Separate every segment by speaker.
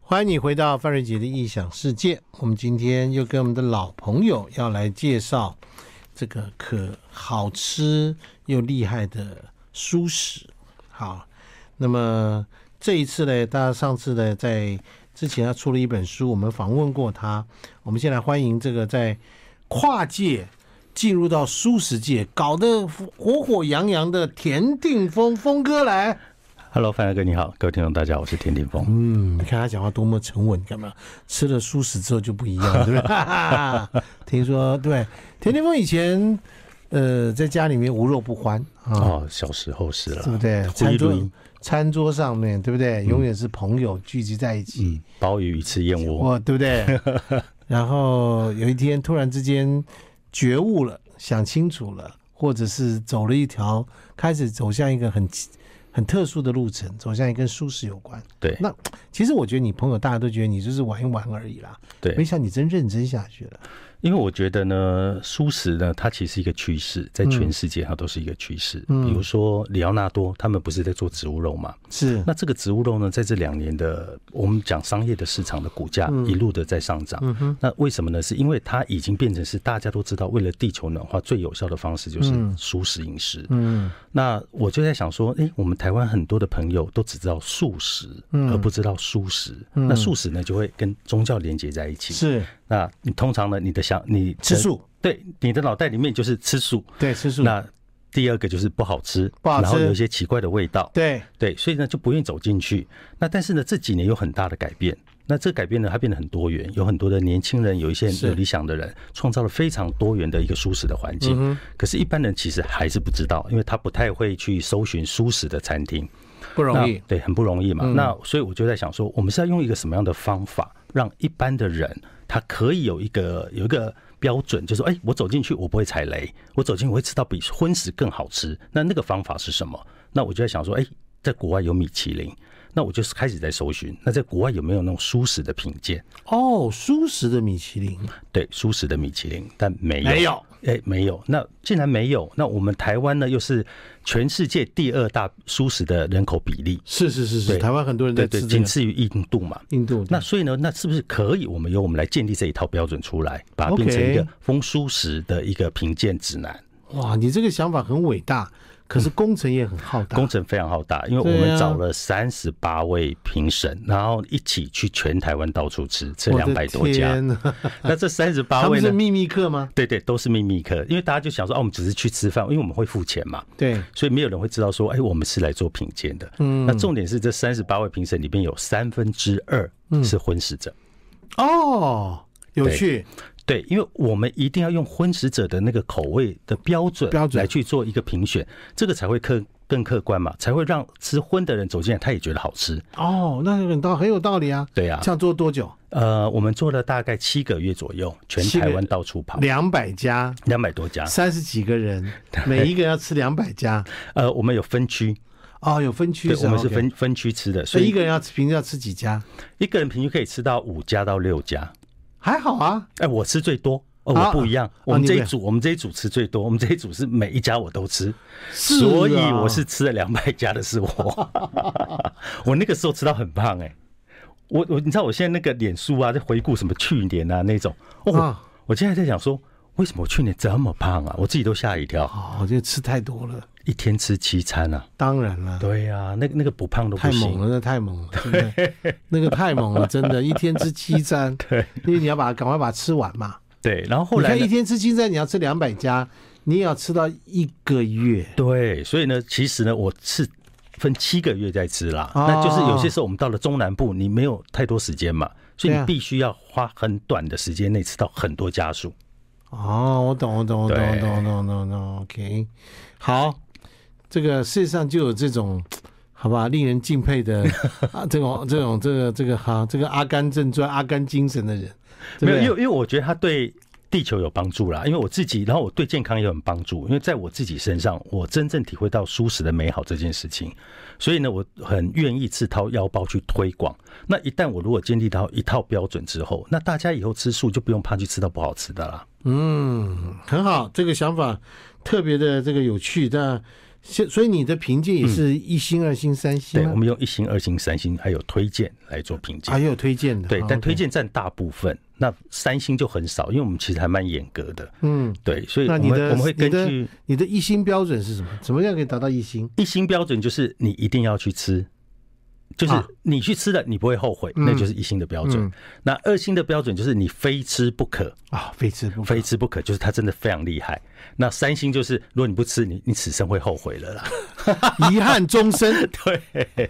Speaker 1: 欢迎你回到范瑞杰的异想世界。我们今天又跟我们的老朋友要来介绍这个可好吃又厉害的蔬食。好，那么这一次呢，大家上次呢，在之前他啊出了一本书，我们访问过他。我们先来欢迎这个在跨界进入到蔬食界搞得火火洋洋的田定峰峰哥来。
Speaker 2: Hello，范大哥你好，各位听众大家好，我是田定峰。
Speaker 1: 嗯，你看他讲话多么沉稳，干嘛？吃了素食之后就不一样了，对不对？ 哈哈听说对，田天峰以前呃在家里面无肉不欢啊，
Speaker 2: 哦，小时候是
Speaker 1: 对
Speaker 2: 了，
Speaker 1: 不对？
Speaker 2: 故意
Speaker 1: 餐
Speaker 2: 录
Speaker 1: 桌
Speaker 2: 音，
Speaker 1: 餐桌上面对不对？永远是朋友聚集在一起，
Speaker 2: 嗯，鲍鱼一次燕窝，
Speaker 1: 哇，对不对？然后有一天突然之间觉悟了，想清楚了，或者是走了一条开始走向一个很很特殊的路程，走向一个跟舒适有关。
Speaker 2: 对
Speaker 1: 那其实我觉得你朋友大家都觉得你就是玩一玩而已啦，没
Speaker 2: 对，
Speaker 1: 想到你真认真下去了。
Speaker 2: 因为我觉得呢，素食呢，它其实是一个趋势，
Speaker 1: 嗯
Speaker 2: 在全世界它都是一个趋势。比如说里奥纳多，他们不是在做植物肉嘛？
Speaker 1: 是，
Speaker 2: 那这个植物肉呢，在这两年的我们讲商业的市场的股价
Speaker 1: 嗯
Speaker 2: 一路的在上涨。那为什么呢？是因为它已经变成是大家都知道，为了地球暖化最有效的方式就是素食饮食。
Speaker 1: 嗯
Speaker 2: 那我就在想说，诶，我们台湾很多的朋友都只知道素食，
Speaker 1: 嗯
Speaker 2: 而不知道蔬食。那素食呢，就会跟宗教连接在一起。
Speaker 1: 是
Speaker 2: 那你通常呢，你的想你的
Speaker 1: 吃，素，
Speaker 2: 对，你的脑袋里面就是吃素。
Speaker 1: 对吃素，
Speaker 2: 那第二个就是不好吃，
Speaker 1: 不好吃
Speaker 2: 然后有一些奇怪的味道。
Speaker 1: 对
Speaker 2: 对，所以呢就不愿意走进去。那但是呢，这几年有很大的改变。那这个改变呢，它变得很多元，有很多的年轻人，有一些
Speaker 1: 是
Speaker 2: 有理想的人，创造了非常多元的一个舒适的环境。可是，一般人其实还是不知道，因为他不太会去搜寻舒适的餐厅。
Speaker 1: 不容易嗯
Speaker 2: 那，对，很不容易嘛。那所以我就在想说，我们是要用一个什么样的方法，让一般的人他可以有一个有一个标准，就是说哎、我走进去我不会踩雷，我走进去我会吃到比荤食更好吃。那那个方法是什么？那我就在想说，哎、在国外有米其林。那我就是开始在搜寻，那在国外有没有那种舒适的品鉴？
Speaker 1: 哦，素食的米其林
Speaker 2: 对，舒适的米其林，但没有，
Speaker 1: 没有，
Speaker 2: 哎，没有。那既然没有，那我们台湾呢，又是全世界第二大舒适的人口比例，
Speaker 1: 是是是是，
Speaker 2: 对
Speaker 1: 台湾很多人在
Speaker 2: 对对，
Speaker 1: 吃这
Speaker 2: 仅
Speaker 1: 个
Speaker 2: 次于印度嘛。
Speaker 1: 印度的，
Speaker 2: 那所以呢，那是不是可以我们由我们来建立这一套标准出来，把它变成一
Speaker 1: OK
Speaker 2: 个风舒适的一个评鉴指南？
Speaker 1: 哇，你这个想法很伟大，可是工程也很浩大，
Speaker 2: 嗯工程非常浩大，因为
Speaker 1: 对啊
Speaker 2: 我们找了三十八位评审，然后一起去全台湾到处吃，吃
Speaker 1: 我
Speaker 2: 两
Speaker 1: 的
Speaker 2: 百多家。啊
Speaker 1: 天哪
Speaker 2: 那这三十八
Speaker 1: 他
Speaker 2: 位
Speaker 1: 们是
Speaker 2: 呢？
Speaker 1: 秘密课吗？
Speaker 2: 对对，都是秘密课，因为大家就想说，哦、我们只是去吃饭，因为我们会付钱嘛。
Speaker 1: 对，
Speaker 2: 所以没有人会知道说，哎，我们是来做品鉴的。嗯，那重点是这三十八位评审里面有三分之二
Speaker 1: 嗯
Speaker 2: 是婚食者。
Speaker 1: 哦，有趣，
Speaker 2: 对，因为我们一定要用婚食者的那个口味的标准
Speaker 1: 标准
Speaker 2: 来去做一个评选，这个才会客更客观嘛，才会让吃荤的人走进来，他也觉得好吃。
Speaker 1: 哦，那很道很有道理啊。
Speaker 2: 对啊
Speaker 1: 这，样做多久？
Speaker 2: 呃，我们做了大概七个月左右，全
Speaker 1: 七个
Speaker 2: 台湾到处跑，
Speaker 1: 两百家，
Speaker 2: 两百多家。
Speaker 1: 三十几个人，每一个要吃两百家。
Speaker 2: 呃，我们有分区，
Speaker 1: 哦，有分区
Speaker 2: 对，
Speaker 1: 是
Speaker 2: 我
Speaker 1: 吧
Speaker 2: 们是
Speaker 1: OK
Speaker 2: 分分区吃的，所
Speaker 1: 所以一
Speaker 2: 以
Speaker 1: 个人要吃平均要吃几家？
Speaker 2: 一个人平均可以吃到五家到六家。
Speaker 1: 还好啊，
Speaker 2: 哎，我吃最多。哦，
Speaker 1: 啊
Speaker 2: 我不一样。我
Speaker 1: 啊
Speaker 2: 们
Speaker 1: 你
Speaker 2: 这
Speaker 1: 不一
Speaker 2: 一
Speaker 1: 样
Speaker 2: 组，我们这一组吃最多。我们这一组是每一家我都吃，
Speaker 1: 是啊
Speaker 2: 所以我是吃了两百 家的是我。我那个时候吃到很胖哎、我我你知道我现在那个脸书啊，在回顾什么去年啊那种哦，
Speaker 1: 啊
Speaker 2: 我现在在想说，为什么我去年这么胖啊？我自己都吓一跳，
Speaker 1: 哦，我觉得吃太多了。
Speaker 2: 一天吃七餐啊。
Speaker 1: 当然了，
Speaker 2: 对呀、啊，那个那个不胖都
Speaker 1: 太
Speaker 2: 不
Speaker 1: 猛
Speaker 2: 行。
Speaker 1: 了，那太猛了，真的，那个太猛了，真的，一天吃七餐，
Speaker 2: 对
Speaker 1: 因为你要把赶快把它吃完嘛。
Speaker 2: 对，然后后
Speaker 1: 你
Speaker 2: 来
Speaker 1: 看
Speaker 2: 呢
Speaker 1: 一天吃七餐，你要吃两百家，你也要吃到一个月。
Speaker 2: 对，所以呢，其实呢，我是分七个月在吃啦。
Speaker 1: 哦
Speaker 2: 那就是有些时候我们到了中南部，你没有太多时间嘛，所以
Speaker 1: 对啊
Speaker 2: 你必须要花很短的时间内吃到很多家数。
Speaker 1: 哦，我懂，我懂，我懂，我
Speaker 2: 对
Speaker 1: 懂，我懂，我懂，我懂。OK，好，这个世界上就有这种，好吧，令人敬佩的 啊，这种这种这个这个哈，这个阿甘正传、阿甘精神的人，对
Speaker 2: 没
Speaker 1: 不
Speaker 2: 有，因为
Speaker 1: 对？
Speaker 2: 因为我觉得它对地球有帮助啦，因为我自己，然后我对健康也很帮助，因为在我自己身上，我真正体会到舒适的美好这件事情，所以呢，我很愿意自掏腰包去推广。那一旦我如果建立到一套标准之后，那大家以后吃素就不用怕去吃到不好吃的啦。
Speaker 1: 嗯，很好，这个想法特别的这个有趣，但现所以你的评鉴也是一星、二星、三星
Speaker 2: 嗯对，
Speaker 1: 吗
Speaker 2: 我们用一星、二星、三星还有推荐来做评鉴
Speaker 1: 还。有推荐的，
Speaker 2: 对，
Speaker 1: 好
Speaker 2: 但
Speaker 1: OK
Speaker 2: 推荐占大部分，那三星就很少，因为我们其实还蛮严格的。
Speaker 1: 嗯，
Speaker 2: 对，所以
Speaker 1: 那
Speaker 2: 我
Speaker 1: 你
Speaker 2: 们
Speaker 1: 的
Speaker 2: 我们会根
Speaker 1: 你
Speaker 2: 据
Speaker 1: 的你的一星标准是什么？怎么样可以达到一星？
Speaker 2: 一星标准，就是你一定要去吃，就是
Speaker 1: 啊
Speaker 2: 你去吃了你不会后悔，那就是一星的标
Speaker 1: 嗯
Speaker 2: 准。那二星的标准就是你非吃不可，
Speaker 1: 啊，非吃不可
Speaker 2: 非吃不可，就是它真的非常厉害。那三星就是如果你不吃，你你此生会后悔了啦。
Speaker 1: 遗憾终身，
Speaker 2: 对。
Speaker 1: 对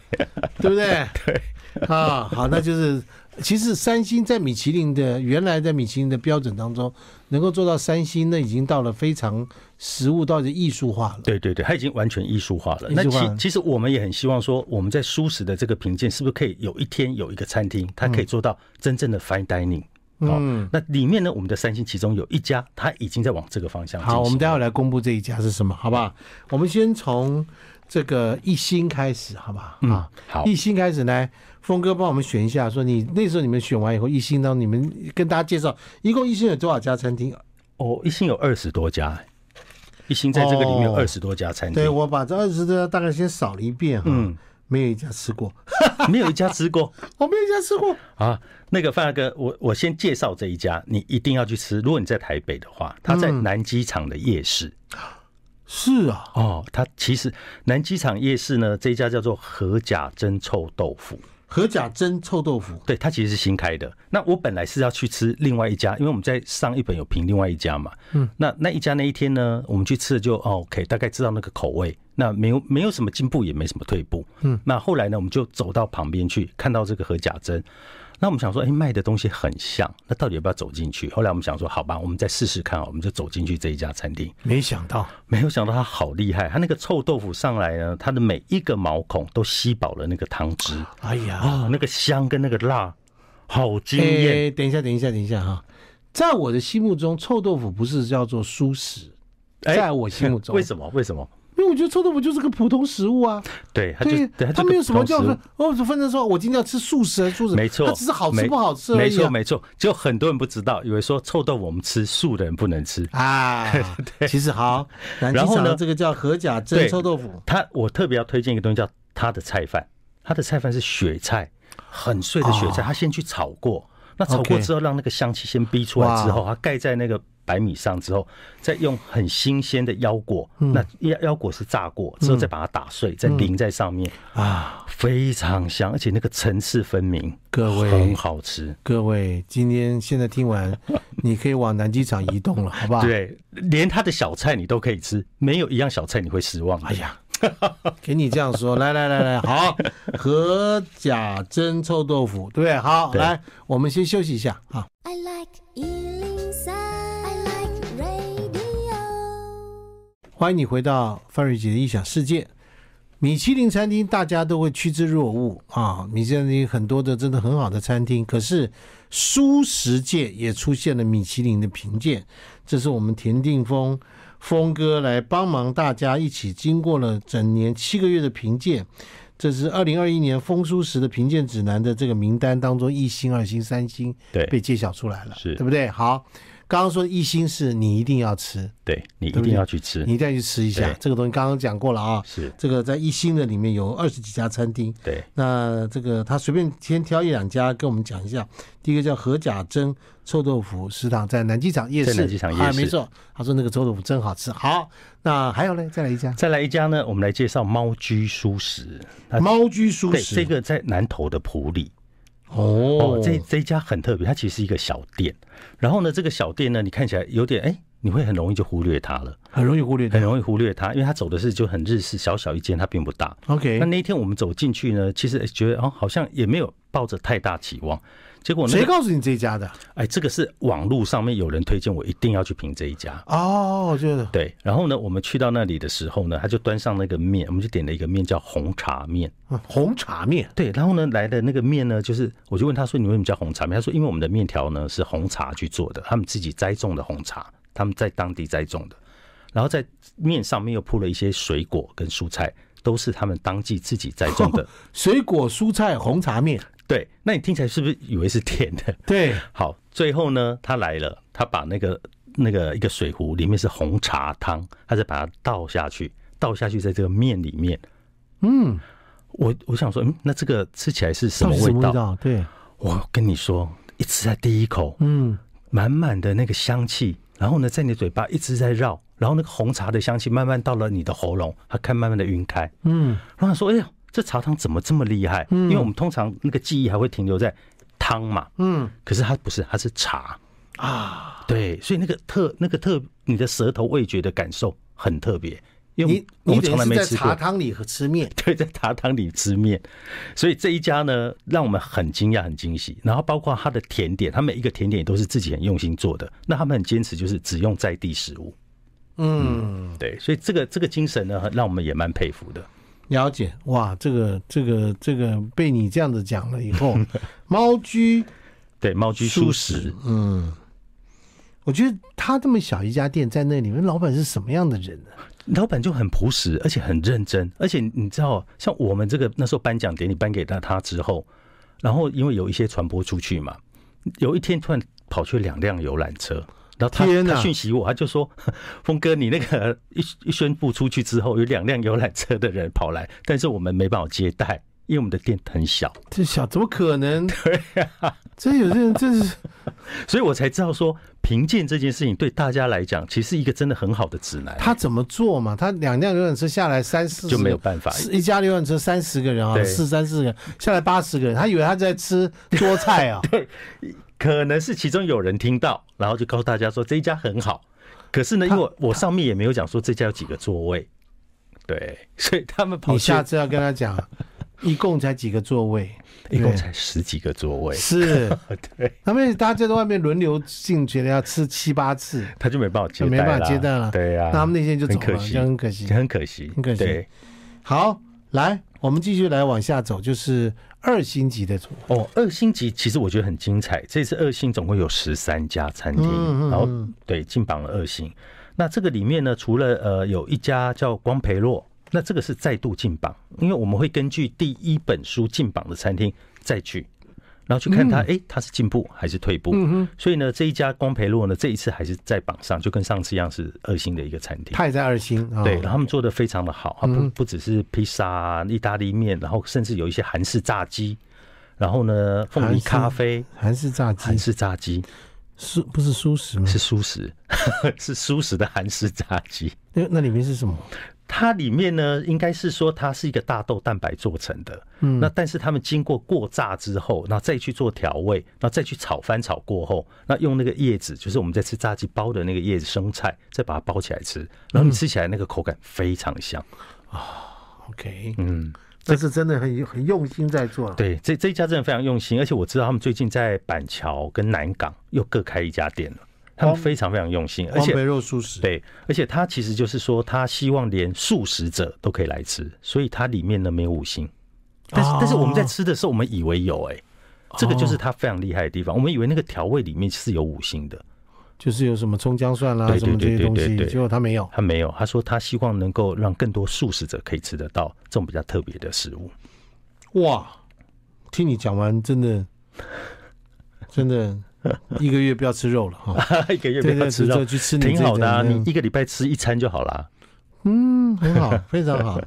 Speaker 1: 不 对？对啊，好，那就是其实三星在米其林的原来在米其林的标准当中，能够做到三星，那已经到了非常食物到了艺术化了。
Speaker 2: 对对对，它已经完全艺术化了。
Speaker 1: 艺
Speaker 2: 那
Speaker 1: 术化
Speaker 2: 其其实我们也很希望说，我们在舒适的这个评鉴，是不是可以有一天有一个餐厅，它
Speaker 1: 嗯
Speaker 2: 可以做到真正的 fine dining？哦，那里面呢，我们的三星其中有一家，它已经在往这个方向进行。
Speaker 1: 好，我们待会来公布这一家是什么，好不好？我们先从这个一星开始，好不好？
Speaker 2: 嗯
Speaker 1: 啊，
Speaker 2: 好
Speaker 1: 一星开始来，峰哥帮我们选一下，说你那时候你们选完以后，一星当你们跟大家介绍，一共一星有多少家餐厅？
Speaker 2: 哦，一星有二十多家，一星在这个里面有
Speaker 1: 哦
Speaker 2: 二十多家餐厅，
Speaker 1: 对我把这二十家大概先扫了一遍哈，
Speaker 2: 嗯
Speaker 1: 没有一家吃过，
Speaker 2: 没有一家 吃过
Speaker 1: 我没有一家吃过。
Speaker 2: 啊。那个范大哥，我我先介绍这一家，你一定要去吃。如果你在台北的话，它
Speaker 1: 嗯
Speaker 2: 在南机场的夜市。
Speaker 1: 是啊，
Speaker 2: 哦，它其实南机场夜市呢，这一家叫做和甲蒸臭豆腐，
Speaker 1: 合甲蒸臭豆腐，
Speaker 2: 对，它其实是新开的。那我本来是要去吃另外一家，因为我们在上一本有评另外一家嘛，嗯，那那一家那一天呢，我们去吃的就哦 OK，大概知道那个口味，那没有没有什么进步，也没什么退步，嗯，那后来呢，我们就走到旁边去，看到这个和甲蒸。那我们想说，哎、卖的东西很像，那到底要不要走进去？后来我们想说，好吧，我们再试试看啊，我们就走进去这一家餐厅。
Speaker 1: 没想到
Speaker 2: 没有想到它好厉害，它那个臭豆腐上来呢，它的每一个毛孔都吸饱了那个汤汁
Speaker 1: 哎呀，
Speaker 2: 啊、那个香跟那个辣，好惊艳。
Speaker 1: 哎，等一下，等一下，等一下哈，在我的心目中，臭豆腐不是叫做蔬食，
Speaker 2: 哎
Speaker 1: 在我心目中，
Speaker 2: 为什么？为什么？
Speaker 1: 因为我觉得臭豆腐就是个普通食物啊，
Speaker 2: 对，它就
Speaker 1: 对，
Speaker 2: 对
Speaker 1: 它
Speaker 2: 就
Speaker 1: 没有什么叫
Speaker 2: 同时
Speaker 1: 做哦，分成说我今天要吃素食还是素食，
Speaker 2: 没错，
Speaker 1: 它只是好吃
Speaker 2: 没
Speaker 1: 不好吃而
Speaker 2: 没
Speaker 1: 已
Speaker 2: 错
Speaker 1: 啊。
Speaker 2: 没错，就很多人不知道，以为说臭豆腐我们吃素的人不能吃。
Speaker 1: 啊，其实好，南京
Speaker 2: 然后
Speaker 1: 厂
Speaker 2: 呢
Speaker 1: 的这个叫合甲蒸
Speaker 2: 对
Speaker 1: 臭豆腐，
Speaker 2: 它我特别要推荐一个东西叫它的菜饭，它的菜饭是雪菜，很碎的雪菜，它先去炒过，那炒过
Speaker 1: 啊 OK
Speaker 2: 之后让那个香气先逼出来之后，它盖在那个白米上之后，再用很新鲜的腰果，
Speaker 1: 嗯
Speaker 2: 那腰腰果是炸过之后再把它打碎，再淋在上面
Speaker 1: 啊，
Speaker 2: 非常香，而且那个层次分明，
Speaker 1: 各位
Speaker 2: 很好吃。
Speaker 1: 各位，今天现在听 完，你可以往南机场移动了，好不好？，
Speaker 2: 对，连它的小菜你都可以吃，没有一样小菜你会失望。
Speaker 1: 哎呀，给你这样说，来来来来， 好，和甲蒸臭豆腐，对不对？好，
Speaker 2: 对
Speaker 1: 来，我们先休息一下啊。
Speaker 3: I like Ealing Sound. I like radio.
Speaker 1: 欢迎你回到范瑞杰的异想世界。米其林餐厅大家都会趋之若鹜啊，米其林餐厅很多的真的很好的餐厅，可是素食界也出现了米其林的评鉴。这是我们田定峰峰哥来帮忙大家一起经过了整年七个月的评鉴。这是二零二一年丰书时的评鉴指南的这个名单当中，一星、二星、三星
Speaker 2: 对
Speaker 1: 被揭晓出来了，
Speaker 2: 是
Speaker 1: 对不对？好，刚刚说一星是你一定要吃，
Speaker 2: 对你一
Speaker 1: 对不
Speaker 2: 定
Speaker 1: 对
Speaker 2: 要去吃
Speaker 1: 你，一定要去吃一下
Speaker 2: 对
Speaker 1: 这个东西。刚刚讲过了啊，
Speaker 2: 是
Speaker 1: 这个在一星的里面有二十几家餐厅，
Speaker 2: 对。
Speaker 1: 那这个他随便先挑一两家跟我们讲一下。第一个叫何甲蒸臭豆腐食堂，在南机场夜市，
Speaker 2: 在南机场夜市
Speaker 1: 啊，没错。他说那个臭豆腐真好吃。好，那还有呢，再来一家
Speaker 2: 再来一家呢，我们来介绍猫居蔬食。它
Speaker 1: 猫居熟
Speaker 2: 呃对，
Speaker 1: 食，
Speaker 2: 这个在南投的埔里
Speaker 1: 哦
Speaker 2: 哦，，这这一家很特别，它其实是一个小店。然后呢，这个小店呢，你看起来有点哎、你会很容易就忽略它了，
Speaker 1: 很容易忽略
Speaker 2: 很
Speaker 1: 的。
Speaker 2: 容易忽略它，因为它走的是就很日式，小小一间，它并不大。
Speaker 1: OK，
Speaker 2: 那那一天我们走进去呢，其实哎觉得哦，好像也没有抱着太大期望。结果那
Speaker 1: 谁
Speaker 2: 个
Speaker 1: 告诉你这家的？
Speaker 2: 哎，这个是网络上面有人推荐我一定要去评这一家。
Speaker 1: 哦，就是
Speaker 2: 对，然后呢，我们去到那里的时候呢，他就端上那个面，我们就点了一个面叫红茶面。
Speaker 1: 嗯红茶面
Speaker 2: 对，然后呢，来的那个面呢，就是我就问他说：“你为什么叫红茶面？”他说：“因为我们的面条呢是红茶去做的，他们自己栽种的红茶，他们在当地栽种的，然后在面上面又铺了一些水果跟蔬菜，都是他们当季自己栽种的。
Speaker 1: 水果蔬菜红茶面，
Speaker 2: 对，那你听起来是不是以为是甜的？
Speaker 1: 对，
Speaker 2: 好，最后呢，他来了，他把那个那个一个水壶里面是红茶汤，他再把它倒下去，倒下去在这个面里面。
Speaker 1: 嗯，
Speaker 2: 我我想说，嗯，那这个吃起来是什
Speaker 1: 到
Speaker 2: 么
Speaker 1: 底
Speaker 2: 味
Speaker 1: 什么
Speaker 2: 道？
Speaker 1: 味道？对，
Speaker 2: 我跟你说，一直在第一口，
Speaker 1: 嗯，
Speaker 2: 满满的那个香气，然后呢，在你嘴巴一直在绕，然后那个红茶的香气慢慢到了你的喉咙，它看慢慢的晕开。
Speaker 1: 嗯，
Speaker 2: 然后他说：“哎呀，这茶汤怎么这么厉害？因为我们通常那个记忆还会停留在汤嘛，
Speaker 1: 嗯，
Speaker 2: 可是它不是，它是茶。
Speaker 1: 啊，
Speaker 2: 对，所以那个特那个特，你的舌头味觉的感受很特别，因为
Speaker 1: 你
Speaker 2: 我
Speaker 1: 你
Speaker 2: 们
Speaker 1: 等
Speaker 2: 从
Speaker 1: 于
Speaker 2: 来
Speaker 1: 是
Speaker 2: 没
Speaker 1: 在
Speaker 2: 吃
Speaker 1: 茶
Speaker 2: 过。”
Speaker 1: 汤里和吃面，
Speaker 2: 对，在茶汤里吃面，所以这一家呢，让我们很惊讶、很惊喜。然后包括它的甜点，它每一个甜点也都是自己很用心做的。那他们很坚持，就是只用在地食物。
Speaker 1: 嗯，
Speaker 2: 对，所以这个这个精神呢，很让我们也蛮佩服的。
Speaker 1: 了解哇，这个这个这个被你这样子讲了以 后，猫居，
Speaker 2: 对，猫居
Speaker 1: 舒
Speaker 2: 素
Speaker 1: 适
Speaker 2: 食，
Speaker 1: 嗯，我觉得他这么小一家店在那里面，老板是什么样的人呢、
Speaker 2: 老板就很朴实，而且很认真，而且你知道，像我们这个那时候颁奖典礼颁给他他之后，然后因为有一些传播出去嘛，有一天突然跑去两辆游览车，然后他
Speaker 1: 天哪
Speaker 2: 他讯息我，他就说：“峰哥，你那个 一一宣布出去之后，有两辆游览车的人跑来，但是我们没办法接待，因为我们的店很小。”
Speaker 1: 这小怎么可能？对呀、 这有些人真是
Speaker 2: 所以我才知道说，评鉴这件事情对大家来讲，其实是一个真的很好的指南，
Speaker 1: 他怎么做嘛？他两辆游览车下来三四
Speaker 2: 就没有
Speaker 1: 个
Speaker 2: 办法。
Speaker 1: 是一家游览车三十个人啊，
Speaker 2: 对
Speaker 1: 四三四个人下来八十个人，他以为他在吃桌菜啊，
Speaker 2: 可能是其中有人听到，然后就告诉大家说这一家很好。可是呢，因
Speaker 1: 他
Speaker 2: 为我我上面也没有讲说这家有几个座位，对， 所以他们跑
Speaker 1: 你
Speaker 2: 去
Speaker 1: 下次要跟他讲，一共才几个座位？
Speaker 2: 一共才十几个座位，
Speaker 1: 是，
Speaker 2: 对，
Speaker 1: 他们大家就在外面轮流进去了，要吃七八次，
Speaker 2: 他就没办法
Speaker 1: 就
Speaker 2: 接待
Speaker 1: 没办法
Speaker 2: 啦
Speaker 1: 接待了。
Speaker 2: 对呀、
Speaker 1: 那他们那天就走
Speaker 2: 很可
Speaker 1: 了，
Speaker 2: 惜
Speaker 1: 这样很可惜。
Speaker 2: 很可惜，
Speaker 1: 很可惜
Speaker 2: 对
Speaker 1: 好，来，我们继续来往下走，就是二星级的厨房。
Speaker 2: 哦，二星级其实我觉得很精彩。这次二星总共有十三家餐厅，
Speaker 1: 嗯嗯嗯
Speaker 2: 然后对进榜了二星。那这个里面呢，除了呃有一家叫光培洛，那这个是再度进榜，因为我们会根据第一本书进榜的餐厅再去，然后去
Speaker 1: 嗯
Speaker 2: 看它，诶，它是进步还是退步。所以呢，这一家光培洛呢，这一次还是在榜上，就跟上次一样是二星的一个餐厅。
Speaker 1: 他也在二星啊。
Speaker 2: 对，然后他们做的非常的好，
Speaker 1: 嗯
Speaker 2: 它不不只是披萨啊、意大利面，然后甚至有一些韩式炸鸡，然后呢，凤
Speaker 1: 韩
Speaker 2: 梨
Speaker 1: 式
Speaker 2: 咖啡、
Speaker 1: 韩式炸
Speaker 2: 韩
Speaker 1: 鸡
Speaker 2: 式炸鸡
Speaker 1: 是不是素食吗？
Speaker 2: 是素食， 是素食的韩式炸鸡。
Speaker 1: 那那里面是什么？
Speaker 2: 它里面呢，应该是说它是一个大豆蛋白做成的，嗯，那但是他们经过过炸之后，那再去做调味，那再去炒翻炒过后，那用那个叶子，就是我们在吃炸鸡包的那个叶子生菜，再把它包起来吃，然
Speaker 1: 嗯
Speaker 2: 后你吃起来那个口感非常香，
Speaker 1: OK，
Speaker 2: 嗯
Speaker 1: 这是真的很很用心在做了。
Speaker 2: 对，这这一家真的非常用心，而且我知道他们最近在板桥跟南港又各开一家店了，他们非常非常用心，而
Speaker 1: 光
Speaker 2: 且
Speaker 1: 肥肉素食，
Speaker 2: 对，而且他其实就是说，他希望连素食者都可以来吃，所以它里面呢没有五星，但是、
Speaker 1: 哦
Speaker 2: 但是我们在吃的时候，我们以为有哎、这个就是它非常厉害的地方，我们以为那个调味里面是有五星的，
Speaker 1: 就是有什么葱姜蒜啦，
Speaker 2: 对对
Speaker 1: 什么这些东
Speaker 2: 对对
Speaker 1: 西，
Speaker 2: 对对
Speaker 1: 结果他没有。
Speaker 2: 他没有，他说他希望能够让更多素食者可以吃得到这种比较特别的食物。
Speaker 1: 哇，听你讲完，真的，真 的，一个月不要吃肉了哈。
Speaker 2: 一个月不
Speaker 1: 对
Speaker 2: 要
Speaker 1: 对，
Speaker 2: 吃
Speaker 1: 只
Speaker 2: 到
Speaker 1: 就，去吃你
Speaker 2: 挺
Speaker 1: 这
Speaker 2: 好的、啊，
Speaker 1: 种
Speaker 2: 你一个礼拜吃一餐就好啦。
Speaker 1: 嗯，很 好，非常好。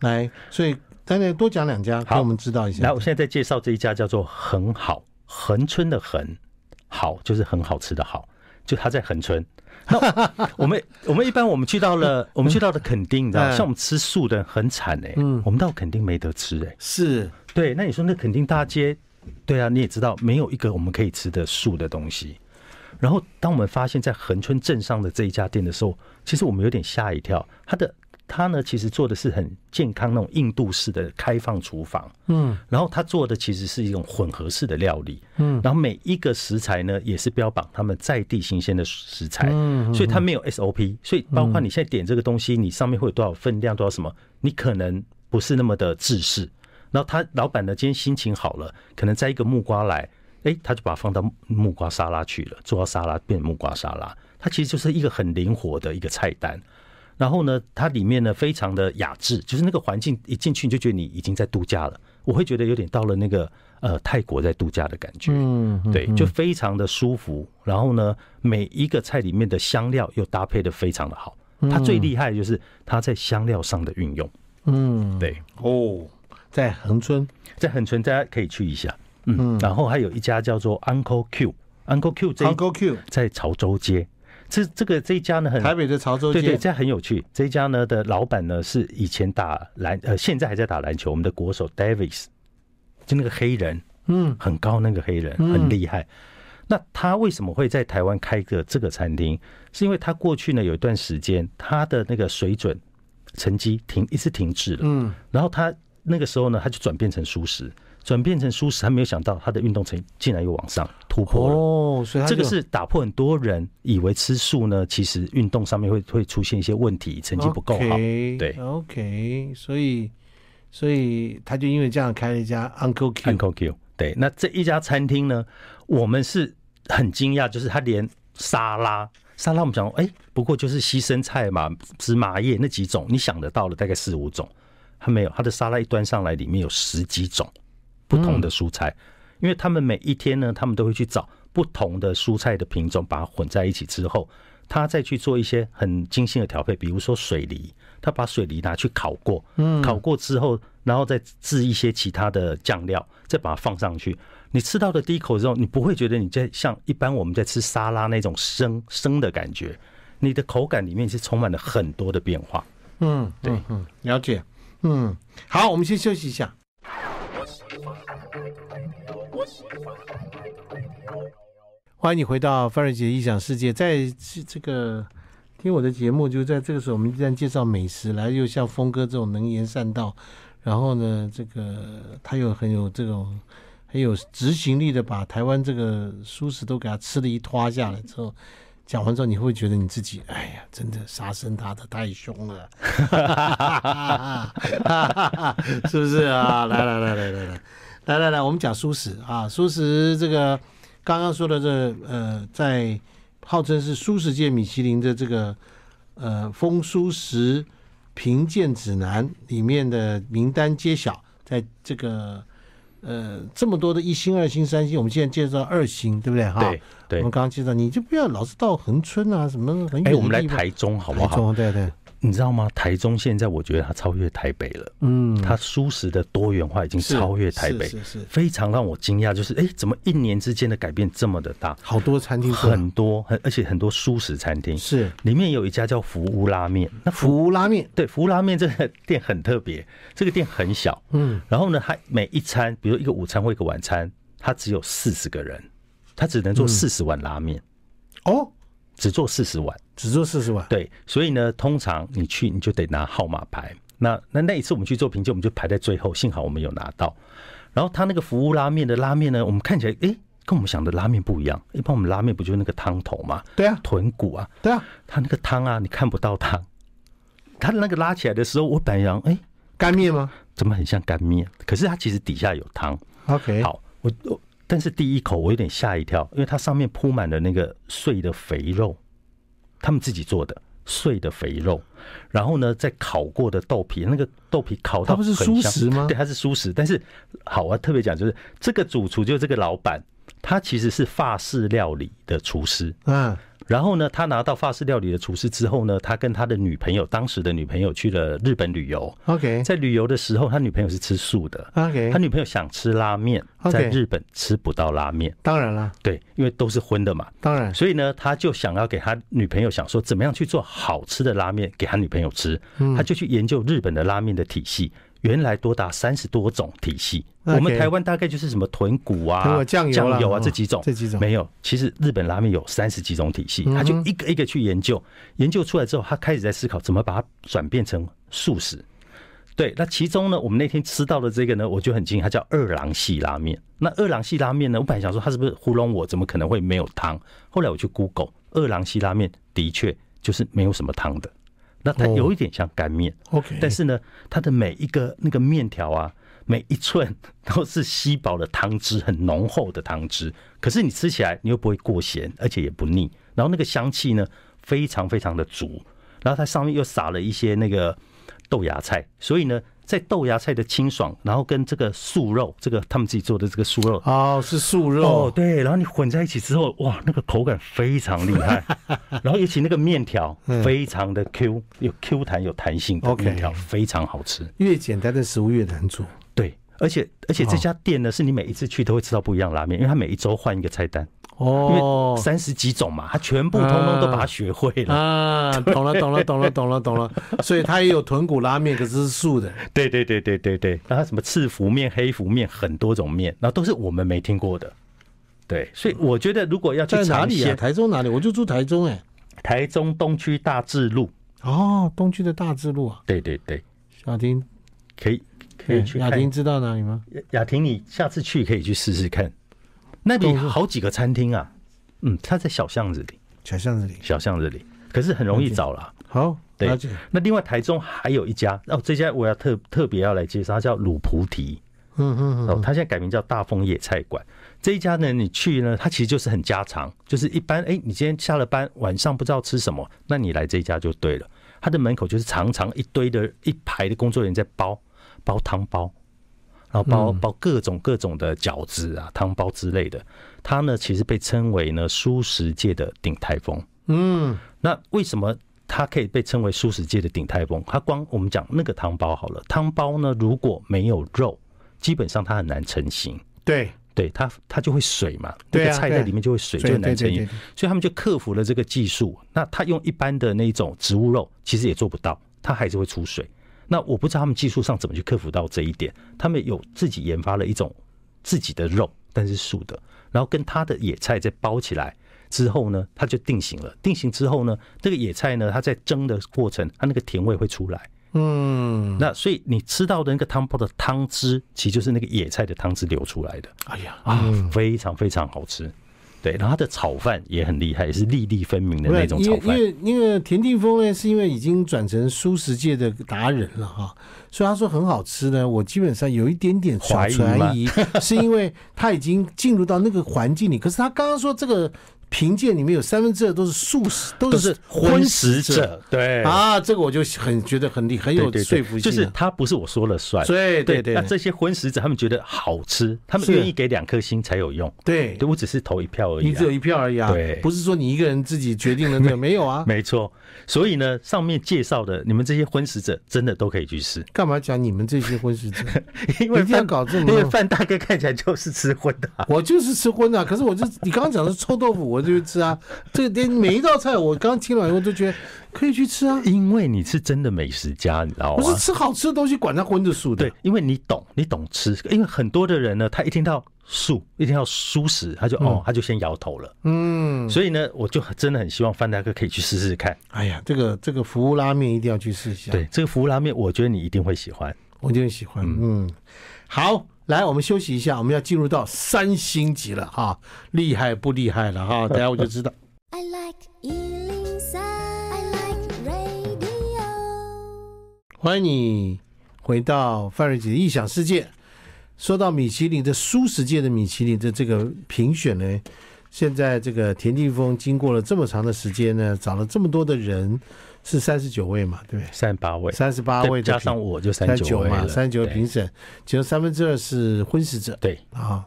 Speaker 1: 来，所以丹丹多讲两家，
Speaker 2: 好
Speaker 1: 给我们知道一
Speaker 2: 来，
Speaker 1: 下
Speaker 2: 我。现在再介绍这一家叫做恒好，恒春的恒，好就是很好吃的好，就它在恒春。那我 们我们一般我们去到了我们去到了垦丁，你知道，
Speaker 1: 嗯
Speaker 2: 像我们吃素的很惨哎、
Speaker 1: 嗯
Speaker 2: 我们到垦丁没得吃哎、
Speaker 1: 是，
Speaker 2: 对，那你说那垦丁大街，对啊，你也知道没有一个我们可以吃的素的东西。然后当我们发现，在恒春镇上的这一家店的时候，其实我们有点吓一跳。它的它呢，其实做的是很健康那种印度式的开放厨房，
Speaker 1: 嗯，
Speaker 2: 然后他做的其实是一种混合式的料理，
Speaker 1: 嗯，
Speaker 2: 然后每一个食材呢也是标榜他们在地新鲜的食材，
Speaker 1: 嗯嗯
Speaker 2: 所以它没有 SOP，所以包括你现在点这个东西，你上面会有多少分量，多少什么，你可能不是那么的制式。然后他老板呢，今天心情好了，可能摘一个木瓜来，哎，他就把它放到木瓜沙拉去了，做到沙拉变木瓜沙拉，它其实就是一个很灵活的一个菜单。然后呢，它里面呢非常的雅致，就是那个环境一进去你就觉得你已经在度假了，我会觉得有点到了那个呃泰国在度假的感觉，
Speaker 1: 嗯，
Speaker 2: 对，就非常的舒服。然后呢，每一个菜里面的香料又搭配的非常的好，它最厉害的就是它在香料上的运用。
Speaker 1: 嗯，
Speaker 2: 对，
Speaker 1: 哦，在恒春，
Speaker 2: 在恒春大家可以去一下。嗯，然后还有一家叫做 Uncle Q，Uncle Q 这一
Speaker 1: Uncle Q，
Speaker 2: 在潮州街，这这个这一家呢很
Speaker 1: 台北的潮州
Speaker 2: 对对，
Speaker 1: 街，
Speaker 2: 这很有趣。这一家呢的老板呢是以前打篮呃，现在还在打篮球，我们的国手 Davis，就那个黑人，
Speaker 1: 嗯，
Speaker 2: 很高那个黑人，
Speaker 1: 嗯
Speaker 2: 很厉害。那他为什么会在台湾开个这个餐厅？是因为他过去呢有一段时间他的那个水准成绩停一直停滞了，
Speaker 1: 嗯，
Speaker 2: 然后他那个时候呢他就转变成素食，转变成素食，他没有想到他的运动成绩竟然又往上突破了。
Speaker 1: 哦，所以它
Speaker 2: 这个
Speaker 1: 就是
Speaker 2: 打破很多人以为吃素呢，其实运动上面会会出现一些问题，成绩不够好。
Speaker 1: OK，
Speaker 2: 对
Speaker 1: ，OK，所以所以他就因为这样开了一家 Uncle Q，
Speaker 2: Uncle Q，对，那这一家餐厅呢，我们是很惊讶，就是他连沙拉，沙拉我们想说，哎、不过就是西生菜嘛、芝麻叶那几种，你想得到的大概四五种，他没有，他的沙拉一端上来，里面有十几种不同的蔬菜，因为他们每一天呢，他们都会去找不同的蔬菜的品种，把它混在一起之后。他再去做一些很精心的调配，比如说水梨，他把水梨拿去烤过，烤过之后，然后再制一些其他的酱料，再把它放上去。你吃到的第一口之后，你不会觉得你在像一般我们在吃沙拉那种生生的感觉，你的口感里面是充满了很多的变化。
Speaker 1: 嗯，
Speaker 2: 对
Speaker 1: 嗯，嗯了解，嗯，好，我们先休息一下。欢迎你回到范瑞杰异想世界，在这这个听我的节目，就在这个时候，我们一旦介绍美食，来又像峰哥这种能言善道，然后呢，这个他又很有这种很有执行力的，把台湾这个素食都给他吃了一拖下来之后，讲完之后，你会不会觉得你自己，哎呀，真的杀生打的太凶了， 是不是啊？来来来来来来来来来，我们讲素食啊，素食这个刚刚说的这呃，在号称是素食界米其林的这个呃《风蔬食评鉴指南》里面的名单揭晓，在这个呃这么多的一星、二星、三星，我们现在介绍二星，对不对？哈，
Speaker 2: 对对
Speaker 1: 我们，刚刚介绍，你就不要老是到恒春啊，什么很远的地
Speaker 2: 哎、
Speaker 1: 方。
Speaker 2: 我们来台中好不
Speaker 1: 台
Speaker 2: 好？
Speaker 1: 中对对，
Speaker 2: 你知道吗？台中现在我觉得它超越台北了，
Speaker 1: 嗯，
Speaker 2: 它舒适的多元化已经
Speaker 1: 是
Speaker 2: 超越台北，
Speaker 1: 是是是，
Speaker 2: 非常让我惊讶，就是哎、怎么一年之间的改变这么的大？
Speaker 1: 好多餐厅做
Speaker 2: 很多，很而且很多舒适餐厅，
Speaker 1: 是
Speaker 2: 里面有一家叫福屋拉面，那福
Speaker 1: 福拉面，
Speaker 2: 对福屋拉面这个店很特别，这个店很小，
Speaker 1: 嗯，
Speaker 2: 然后呢，它每一餐，比如一个午餐或一个晚餐，它只有四十个人，它只能
Speaker 1: 嗯
Speaker 2: 做四十碗拉面，
Speaker 1: 哦，
Speaker 2: 只做四十碗。
Speaker 1: 只做四十碗，
Speaker 2: 对，所以呢，通常你去你就得拿号码牌。那那那一次我们去做评鉴，我们就排在最后，幸好我们有拿到。然后他那个服务拉面的拉面呢，我们看起来诶，跟我们想的拉面不一样。一般我们拉面不就是那个汤头嘛，
Speaker 1: 对啊，
Speaker 2: 豚骨啊，
Speaker 1: 对啊，
Speaker 2: 它那个汤啊，你看不到汤。它那个拉起来的时候，我本来想，哎、
Speaker 1: 干面吗
Speaker 2: 怎么很像干面？可是它其实底下有汤。
Speaker 1: ？OK，，
Speaker 2: 好，我我但是第一口我有点吓一跳，因为它上面铺满了那个碎的肥肉，他们自己做的碎的肥肉，然后呢，再烤过的豆皮，那个豆皮烤到
Speaker 1: 它不是
Speaker 2: 很
Speaker 1: 蔬
Speaker 2: 香
Speaker 1: 食吗
Speaker 2: 对，它是素食。但是好，我要特别讲，就是这个主厨就是这个老板，他其实是法式料理的厨师。
Speaker 1: 嗯，
Speaker 2: 然后呢，他拿到法式料理的厨师之后呢，他跟他的女朋友，当时的女朋友去了日本旅游。
Speaker 1: OK
Speaker 2: 在旅游的时候，他女朋友是吃素的。
Speaker 1: OK，
Speaker 2: 他女朋友想吃拉面，
Speaker 1: OK
Speaker 2: 在日本吃不到拉面，
Speaker 1: 当然了，
Speaker 2: 对，因为都是荤的嘛。
Speaker 1: 当然，
Speaker 2: 所以呢，他就想要给他女朋友想说，怎么样去做好吃的拉面给他女朋友吃。
Speaker 1: 嗯
Speaker 2: 他就去研究日本的拉面的体系，原来多达三十多种体系。
Speaker 1: OK
Speaker 2: 我们台湾大概就是什么豚骨
Speaker 1: 豚
Speaker 2: 啊
Speaker 1: 骨、酱油啦
Speaker 2: 酱油啊
Speaker 1: 哦
Speaker 2: 这几种，
Speaker 1: 这几种
Speaker 2: 没有。其实日本拉面有三十几种体系，
Speaker 1: 嗯哼
Speaker 2: 他就一个一个去研究，研究出来之后，他开始在思考怎么把它转变成素食。对，那其中呢，我们那天吃到的这个呢，我就很惊讶，它叫二郎系拉面。那二郎系拉面呢，我本来想说它是不是糊弄我，怎么可能会没有汤？后来我去 Google，二郎系拉面的确就是没有什么汤的。那它
Speaker 1: 哦
Speaker 2: 有一点像干面，
Speaker 1: OK，
Speaker 2: 但是呢，它的每一个那个面条啊，每一寸都是吸饱了汤汁，很浓厚的汤汁。可是你吃起来，你又不会过咸，而且也不腻。然后那个香气呢，非常非常的足。然后它上面又撒了一些那个豆芽菜，所以呢，在豆芽菜的清爽，然后跟这个素肉，这个他们自己做的这个素肉。
Speaker 1: 哦，是素
Speaker 2: 哦
Speaker 1: 肉，，
Speaker 2: 对，然后你混在一起之后，哇，那个口感非常厉 害，然后尤其那个面条非常的 Q，有 Q 弹有弹性的
Speaker 1: 嗯 OK
Speaker 2: 面条非常好吃。
Speaker 1: 越简单的食物越难做。
Speaker 2: 对，而且而
Speaker 1: 哦
Speaker 2: 且这家店呢，是你每一次去都会吃到不一样的拉面，因为它每一周换一个菜单，因
Speaker 1: 哦
Speaker 2: 为，三十几种嘛，它全部通通都把它学会了。
Speaker 1: 啊，懂了，懂了，懂了，懂了，懂了。所以它也有豚骨拉面，可是是素的。
Speaker 2: 对对对对对对，然后它什么赤福面、黑福面，很多种面，然后都是我们没听过的。对，所以我觉得如果要去
Speaker 1: 在哪
Speaker 2: 尝
Speaker 1: 里啊？
Speaker 2: 鲜，
Speaker 1: 台中哪里？我就住台中哎、
Speaker 2: 台中东区大智路，
Speaker 1: 哦，东区的大智路啊。
Speaker 2: 对对对，
Speaker 1: 雅婷，
Speaker 2: 可以可以去
Speaker 1: 雅
Speaker 2: 看
Speaker 1: 婷。知道哪里吗？
Speaker 2: 雅婷，你下次去可以去试试看，那里好几个餐厅啊。嗯，它在小巷子里，
Speaker 1: 小巷子里。
Speaker 2: 小巷子里，可是很容易找啦。
Speaker 1: 好，
Speaker 2: 对
Speaker 1: 了解。
Speaker 2: 那另外台中还有一家哦，这家我要特特别要来介绍，它叫鲁菩提
Speaker 1: 嗯嗯
Speaker 2: 哦，它现在改名叫大丰野菜馆。这一家呢，你去呢，它其实就是很家常，就是一般哎、你今天下了班晚上不知道吃什么，那你来这一家就对了。它的门口就是常常一堆的一排的工作人员在包包汤包，然后包
Speaker 1: 嗯
Speaker 2: 包各种各种的饺子啊、汤包之类的。它呢，其实被称为呢素食界的顶台风。
Speaker 1: 嗯，
Speaker 2: 那为什么它可以被称为素食界的鼎泰丰？它光我们讲那个汤包好了，汤包呢如果没有肉，基本上它很难成型。
Speaker 1: 对，
Speaker 2: 对它，它就会水嘛，那
Speaker 1: 对啊
Speaker 2: 个菜在
Speaker 1: 对
Speaker 2: 里面就会水，就
Speaker 1: 对
Speaker 2: 很难
Speaker 1: 对
Speaker 2: 成
Speaker 1: 对
Speaker 2: 型
Speaker 1: 对。。
Speaker 2: 所以他们就克服了这个技术。那他用一般的那种植物肉，其实也做不到，它还是会出水。那我不知道他们技术上怎么去克服到这一点。他们有自己研发了一种自己的肉，但是素的，然后跟它的野菜再包起来之后呢，它就定型了。定型之后呢，这个野菜呢，它在蒸的过程，它那个甜味会出来。
Speaker 1: 嗯，
Speaker 2: 那所以你吃到的那个汤包的汤汁，其实就是那个野菜的汤汁流出来的。
Speaker 1: 哎呀，
Speaker 2: 啊，非常非常好吃。对，然后它的炒饭也很厉害，也是粒粒分明的
Speaker 1: 不
Speaker 2: 那
Speaker 1: 是，
Speaker 2: 种
Speaker 1: 因
Speaker 2: 炒
Speaker 1: 为因
Speaker 2: 饭。
Speaker 1: 为那个田定峰呢，是因为已经转成素食界的达人了哈，所以他说很好吃呢。我基本上有一点点小
Speaker 2: 怀疑吗
Speaker 1: 怀疑，是因为他已经进入到那个环境里。可是他刚刚说这个评鉴里面有三分之二都是素食，都
Speaker 2: 都
Speaker 1: 是
Speaker 2: 是荤食者，对，
Speaker 1: 啊，这个我就很觉得很厉很有
Speaker 2: 对对
Speaker 1: 说服
Speaker 2: 对，
Speaker 1: 性啊
Speaker 2: 就
Speaker 1: 了。
Speaker 2: 是它不是我说了算。
Speaker 1: 对对对
Speaker 2: 那这些荤食者他们觉得好吃，他们
Speaker 1: 是
Speaker 2: 愿意给两颗星才有用。
Speaker 1: 对
Speaker 2: 对，我只是投一票而已
Speaker 1: 你
Speaker 2: 啊
Speaker 1: 只有。一票而已啊，
Speaker 2: 对
Speaker 1: 不是说你一个人自己决定了那个没有啊？
Speaker 2: 没错，所以呢，上面介绍的你们这些荤食者真的都可以去试，
Speaker 1: 干嘛讲你们这些婚食者？
Speaker 2: 因为
Speaker 1: 一定要
Speaker 2: 范
Speaker 1: 搞这么
Speaker 2: 因为范大哥看起来就是吃荤的啊、
Speaker 1: 我就是吃荤的啊、可是我就你刚刚讲的臭豆腐，我就吃啊。这连每一道菜，我刚听完以后都觉得可以去吃啊。
Speaker 2: 因为你是真的美食家，你知道
Speaker 1: 不
Speaker 2: 吗？
Speaker 1: 是吃好吃的东西，管它荤的素的。
Speaker 2: 对，因为你懂，你懂吃。因为很多的人呢，他一听到素，一听到素食，他就、哦，他就先摇头了。
Speaker 1: 嗯，
Speaker 2: 所以呢，我就真的很希望范大哥可以去试试看。
Speaker 1: 哎呀，这个这个服务拉面一定要去试一下。，
Speaker 2: 对，这个服务拉面，我觉得你一定会喜欢。
Speaker 1: 我就很喜欢。嗯，好，来，我们休息一下，我们要进入到三星级了哈，厉害不厉害了哈？等一下我就知道。
Speaker 3: I like Ealing Sound. I like radio.
Speaker 1: 欢迎你回到范瑞姐的异想世界。说到米其林的舒适界的米其林的这个评选呢，现在这个田定峰经过了这么长的时间呢，找了这么多的人，是三十九位嘛，对不对？
Speaker 2: 三十八位，
Speaker 1: 三十八
Speaker 2: 再
Speaker 1: 位的
Speaker 2: 加
Speaker 1: 评
Speaker 2: 上我就三
Speaker 1: 三
Speaker 2: 十
Speaker 1: 九
Speaker 2: 位
Speaker 1: 嘛，
Speaker 2: 了，
Speaker 1: 三十九位
Speaker 2: 对
Speaker 1: 评审，其中三分之二是荤食者
Speaker 2: 对
Speaker 1: 啊，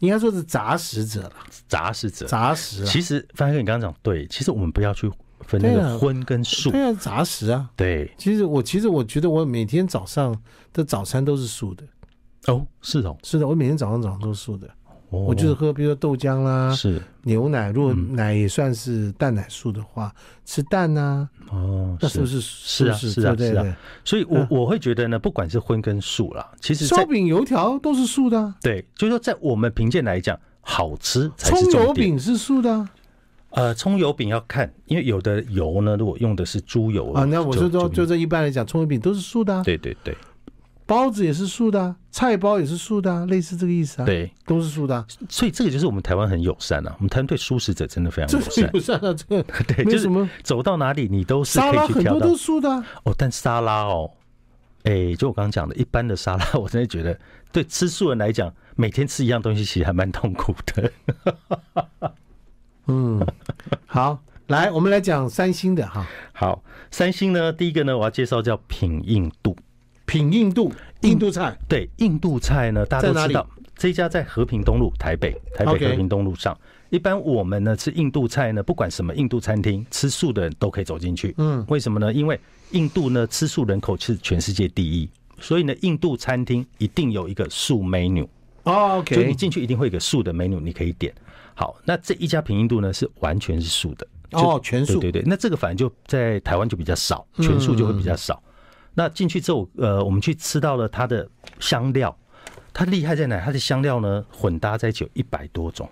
Speaker 1: 应该说是杂食者了，
Speaker 2: 杂食者。
Speaker 1: 杂食啊，
Speaker 2: 其实范大哥，你刚刚讲对，其实我们不要去分那
Speaker 1: 对啊
Speaker 2: 个荤跟素。
Speaker 1: 对啊，杂食啊。
Speaker 2: 对
Speaker 1: 其实我其实我觉得我每天早上的早餐都是素的，
Speaker 2: 哦，是哦，
Speaker 1: 是的，我每天早上早上都是素的。
Speaker 2: 哦
Speaker 1: 我啊就是喝，比如说豆浆啦、
Speaker 2: 是嗯
Speaker 1: 牛奶，如果奶也算是蛋奶素的话，吃蛋呐、
Speaker 2: 哦，
Speaker 1: 那是不是？
Speaker 2: 是啊
Speaker 1: 不
Speaker 2: 是啊
Speaker 1: 对
Speaker 2: 是
Speaker 1: 对
Speaker 2: 啊
Speaker 1: 对。
Speaker 2: 所以我
Speaker 1: 嗯
Speaker 2: 我会觉得呢，不管是荤跟素啦，其实在
Speaker 1: 烧饼、油条都是素的啊、
Speaker 2: 对，就是说在我们评鉴来讲，好吃才是
Speaker 1: 葱油
Speaker 2: 重点。
Speaker 1: 饼是素的啊。
Speaker 2: 呃，葱油饼要看，因为有的油呢，如果用的是猪油
Speaker 1: 啊那我
Speaker 2: 就
Speaker 1: 就说，就
Speaker 2: 就
Speaker 1: 这一般来讲，葱油饼都是素的、啊，
Speaker 2: 对对对
Speaker 1: 包子也是素的、啊，菜包也是素的、啊，类似这个意思啊。，
Speaker 2: 对，
Speaker 1: 都是素的、啊。
Speaker 2: 所以这个就是我们台湾很友善啊，我们台湾对素食者真的非
Speaker 1: 这
Speaker 2: 常友
Speaker 1: 个不，
Speaker 2: 善
Speaker 1: 算啊，这个
Speaker 2: 对，
Speaker 1: 没
Speaker 2: 就
Speaker 1: 什
Speaker 2: 是
Speaker 1: 么
Speaker 2: 走到哪里你都是
Speaker 1: 沙
Speaker 2: 可
Speaker 1: 拉
Speaker 2: 以去
Speaker 1: 很
Speaker 2: 挑
Speaker 1: 多
Speaker 2: 到
Speaker 1: 都是素的、啊。
Speaker 2: 哦，但沙拉哦，哎、就我刚刚讲的，一般的沙拉，我真的觉得对吃素人来讲，每天吃一样东西其实还蛮痛苦的。
Speaker 1: 嗯，好，来，我们来讲三星的哈，
Speaker 2: 好，三星呢，第一个呢，我要介绍叫品印度，
Speaker 1: 品印度印度菜，
Speaker 2: 对，印度菜呢，大家
Speaker 1: 在哪
Speaker 2: 都
Speaker 1: 里
Speaker 2: 知道，这一家在和平东路台北，台北
Speaker 1: OK
Speaker 2: 和平东路上。一般我们呢吃印度菜呢，不管什么印度餐厅，吃素的人都可以走进去。
Speaker 1: 嗯，
Speaker 2: 为什么呢？因为印度呢吃素人口是全世界第一，所以呢印度餐厅一定有一个素 menu，
Speaker 1: 哦
Speaker 2: 嗯就你
Speaker 1: ，OK，
Speaker 2: 进去一定会有一个素的 menu，你可以点。好，那这一家平印度呢是完全是素的，就
Speaker 1: 哦，全素，嗯
Speaker 2: 对对对，那这个反正就在台湾就比较少，全素就会比较少。那进去之后，呃，我们去吃到了它的香料，它厉害在哪？它的香料呢混搭在一起有一百多种，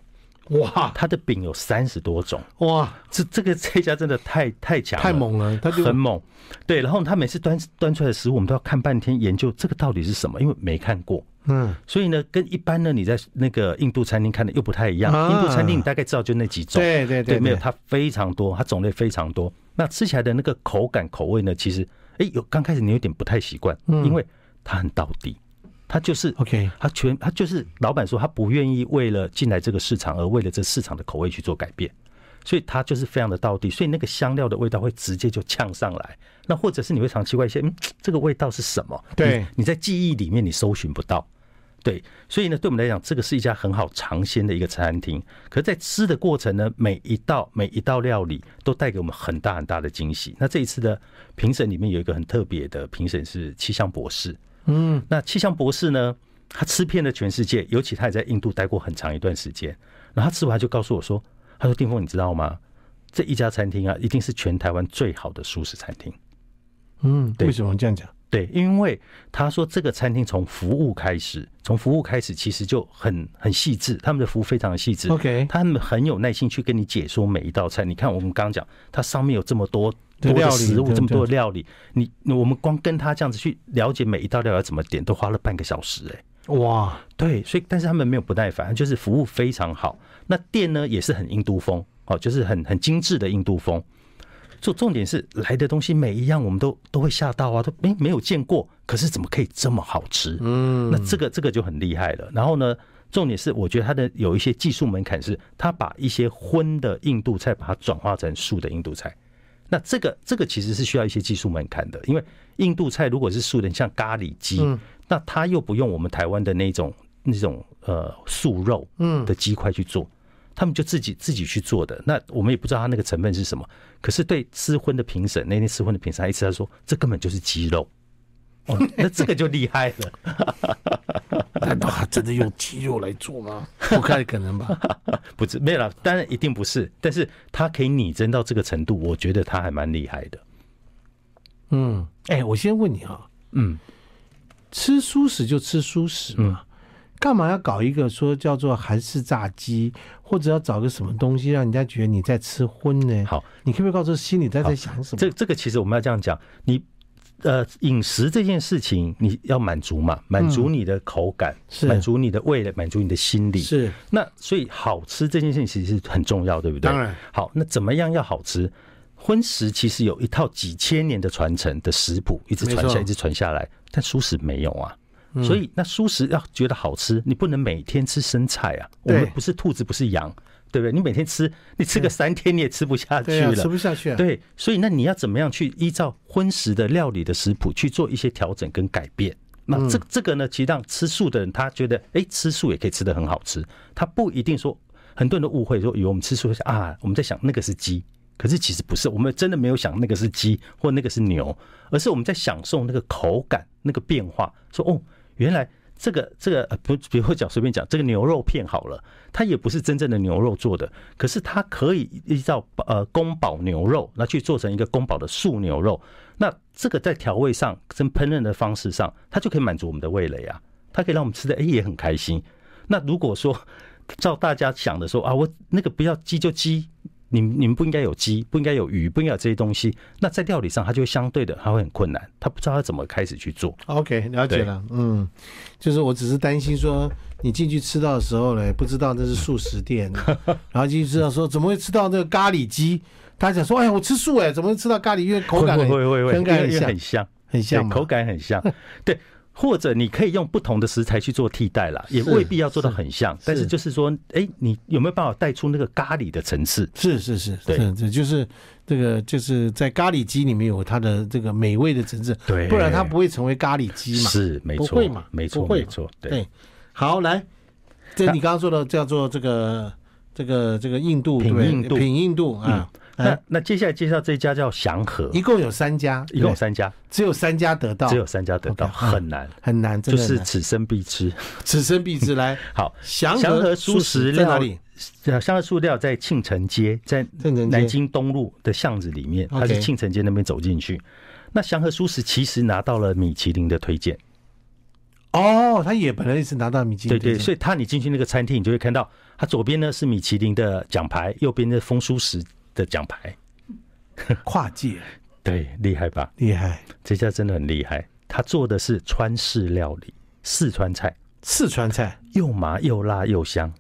Speaker 1: 哇
Speaker 2: 它的饼有三十多种，
Speaker 1: 哇，
Speaker 2: 这这个这家真的太太强了，
Speaker 1: 太猛了，他就
Speaker 2: 很猛。对，然后他每次端端出来的食物，我们都要看半天，研究这个到底是什么，因为没看过。
Speaker 1: 嗯，
Speaker 2: 所以呢，跟一般呢你在那个印度餐厅看的又不太一样。
Speaker 1: 啊
Speaker 2: 印度餐厅你大概知道就那几种，
Speaker 1: 对对对
Speaker 2: 对，没有
Speaker 1: 对
Speaker 2: 它非常多，它种类非常多。那吃起来的那个口感口味呢，其实哎、有刚开始你有点不太习惯，
Speaker 1: 嗯
Speaker 2: 因为它很到底，它就是
Speaker 1: OK
Speaker 2: 它全它就是老板说他不愿意为了进来这个市场而为了这市场的口味去做改变。所以它就是非常的到底，所以那个香料的味道会直接就呛上来。那或者是你会常奇怪一些，嗯，这个味道是什么？
Speaker 1: 对
Speaker 2: 你，你在记忆里面你搜寻不到。对，所以呢，对我们来讲，这个是一家很好尝鲜的一个餐厅。可在吃的过程呢，每一道每一道料理都带给我们很大很大的惊喜。那这一次的评审里面有一个很特别的评审是气象博士，嗯，那气象博士呢，他吃遍了全世界，尤其他也在印度待过很长一段时间。然后他吃完就告诉我说：“他说定峰，你知道吗？这一家餐厅啊，一定是全台湾最好的素食餐厅。”
Speaker 1: 嗯，
Speaker 2: 对
Speaker 1: 为什么这样讲？
Speaker 2: 对，因为他说这个餐厅从服务开始，从服务开始其实就很很细致，他们的服务非常的细致。
Speaker 1: OK
Speaker 2: 他们很有耐心去跟你解说每一道菜。你看我们刚刚讲，它上面有这么多
Speaker 1: 的
Speaker 2: 多
Speaker 1: 料
Speaker 2: 的
Speaker 1: 理
Speaker 2: 食物，
Speaker 1: 对
Speaker 2: 这么多
Speaker 1: 对
Speaker 2: 的料理，你你我们光跟他这样子去了解每一道料理要怎么点，都花了半个小时哎、
Speaker 1: 哇，
Speaker 2: 对，所以但是他们没有不耐烦，就是服务非常好。那店呢也是很印度风哦，就是很很精致的印度风。重重点是来的东西每一样我们都都会吓到啊，都没没有见过，可是怎么可以这么好吃？嗯，那这个这个就很厉害了。然后呢，重点是我觉得它的有一些技术门槛是，它把一些荤的印度菜把它转化成素的印度菜。那这个这个其实是需要一些技术门槛的，因为印度菜如果是素的，像咖喱鸡，那它又不用我们台湾的那种那种呃素肉的鸡块去做，他们就自己自己去做的。那我们也不知道它那个成分是什么，可是对吃荤的评审，那天吃荤的评审还一直在说，这根本就是鸡肉。哦，那这个就厉害了。
Speaker 1: 难道他真的用鸡肉来做 吗？不太可能吧？
Speaker 2: 不是没有啦，当然一定不是，但是它可以拟真到这个程度，我觉得它还蛮厉害的。
Speaker 1: 嗯，哎、我先问你啊，
Speaker 2: 嗯，
Speaker 1: 吃素食就吃素食嘛，干嘛要搞一个说叫做韩式炸鸡，或者要找个什么东西让人家觉得你在吃荤呢？
Speaker 2: 好，
Speaker 1: 你可不可以告诉我心里在在想什么？
Speaker 2: 这这个其实我们要这样讲，你呃饮食这件事情你要满足嘛，满足你的口感，
Speaker 1: 嗯是
Speaker 2: 满足你的味蕾，满足你的心理。
Speaker 1: 是
Speaker 2: 那所以好吃这件事情其实是很重要，对不对？
Speaker 1: 当然。
Speaker 2: 好，那怎么样要好吃？荤食其实有一套几千年的传承的食谱，一直传
Speaker 1: 没
Speaker 2: 下
Speaker 1: 错嗯
Speaker 2: 来，一直传下来，但素食没有啊。所以那素食要觉得好吃，你不能每天吃生菜啊。我
Speaker 1: 对
Speaker 2: 们不是兔子，不是羊，对不对？你每天吃，你吃个三天你也吃不下去
Speaker 1: 对啊，
Speaker 2: 了，
Speaker 1: 吃不下去、啊。，
Speaker 2: 对，所以那你要怎么样去依照荤食的料理的食谱去做一些调整跟改变？那这这个呢，其实让吃素的人他觉得，哎、吃素也可以吃的很好吃，他不一定说，很多人都误会说，以为我们吃素会想啊，我们在想那个是鸡，可是其实不是，我们真的没有想那个是鸡或那个是牛，而是我们在享受那个口感那个变化，说哦，原来。这个这个呃不，比如说讲随便讲，这个牛肉片好了，它也不是真正的牛肉做的，可是它可以依照呃宫保牛肉，那去做成一个宫保的素牛肉。那这个在调味上跟烹饪的方式上，它就可以满足我们的味蕾啊，它可以让我们吃的哎也很开心。那如果说照大家想的说啊，我那个不要鸡就鸡，你们你们不应该有鸡，不应该有鱼，不应该有这些东西，那在料理上它就会相对的它会很困难，他不知道他怎么开始去做。
Speaker 1: OK，了解了。嗯，就是我只是担心说，你进去吃到的时候呢，不知道那是素食店， 然后进去知道说怎么会吃到那个咖喱鸡。他想说：“哎呀，我吃素哎，怎么会吃到咖喱？因为口感
Speaker 2: 会会会会，
Speaker 1: 口感很
Speaker 2: 因为因为
Speaker 1: 像
Speaker 2: 很，像，
Speaker 1: 很像
Speaker 2: 对
Speaker 1: 嘛
Speaker 2: 口感很像。对，或者你可以用不同的食材去做替代啦，也
Speaker 1: 是
Speaker 2: 未必要做到
Speaker 1: 是
Speaker 2: 很像，但
Speaker 1: 是
Speaker 2: 是就是说，哎、你有没有办法带出那个咖喱的层次？
Speaker 1: 是是是，
Speaker 2: 对
Speaker 1: 这这就是这个就是在咖喱鸡里面有它的这个美味的层次，
Speaker 2: 对
Speaker 1: 不然它不会成为咖喱鸡嘛。
Speaker 2: 是，没
Speaker 1: 不
Speaker 2: 错，
Speaker 1: 会嘛
Speaker 2: 没
Speaker 1: 不
Speaker 2: 错，
Speaker 1: 会
Speaker 2: 没
Speaker 1: 嘛
Speaker 2: 错，对，
Speaker 1: 对，好，来，这
Speaker 2: 那
Speaker 1: 你刚刚说的叫做这个这个这个印度对
Speaker 2: 品
Speaker 1: 不对
Speaker 2: 印度嗯
Speaker 1: 品印度啊，
Speaker 2: 那
Speaker 1: 哎，
Speaker 2: 那接下来介绍这一家叫祥和，
Speaker 1: 一共有三家，
Speaker 2: 一共
Speaker 1: 对，
Speaker 2: 有三家，
Speaker 1: 只有三家得到，
Speaker 2: 只有三家得到，
Speaker 1: OK，
Speaker 2: 很难，
Speaker 1: 很难，真的
Speaker 2: 就
Speaker 1: 很
Speaker 2: 是
Speaker 1: 难
Speaker 2: 此生必吃。
Speaker 1: 此生必知来。
Speaker 2: 好，
Speaker 1: 祥
Speaker 2: 祥
Speaker 1: 和
Speaker 2: 和素食
Speaker 1: 在
Speaker 2: 料
Speaker 1: 哪里？
Speaker 2: 呃香和塑料在庆城街，在
Speaker 1: 城街
Speaker 2: 南京东路的巷子里面，它
Speaker 1: OK
Speaker 2: 是庆城街那边走进去。那祥和素食其实拿到了米其林的推荐，
Speaker 1: 哦，他也本来也是拿到米其林
Speaker 2: 对
Speaker 1: 推荐，
Speaker 2: 对，所以它你进去那个餐厅，你就会看到它左边呢是米其林的奖牌，右边的丰舒食的奖牌，
Speaker 1: 跨界
Speaker 2: 对，厉害吧？
Speaker 1: 厉害。
Speaker 2: 这家真的很厉害，它做的是川式料理，四川菜，
Speaker 1: 四川菜
Speaker 2: 又麻又辣又香。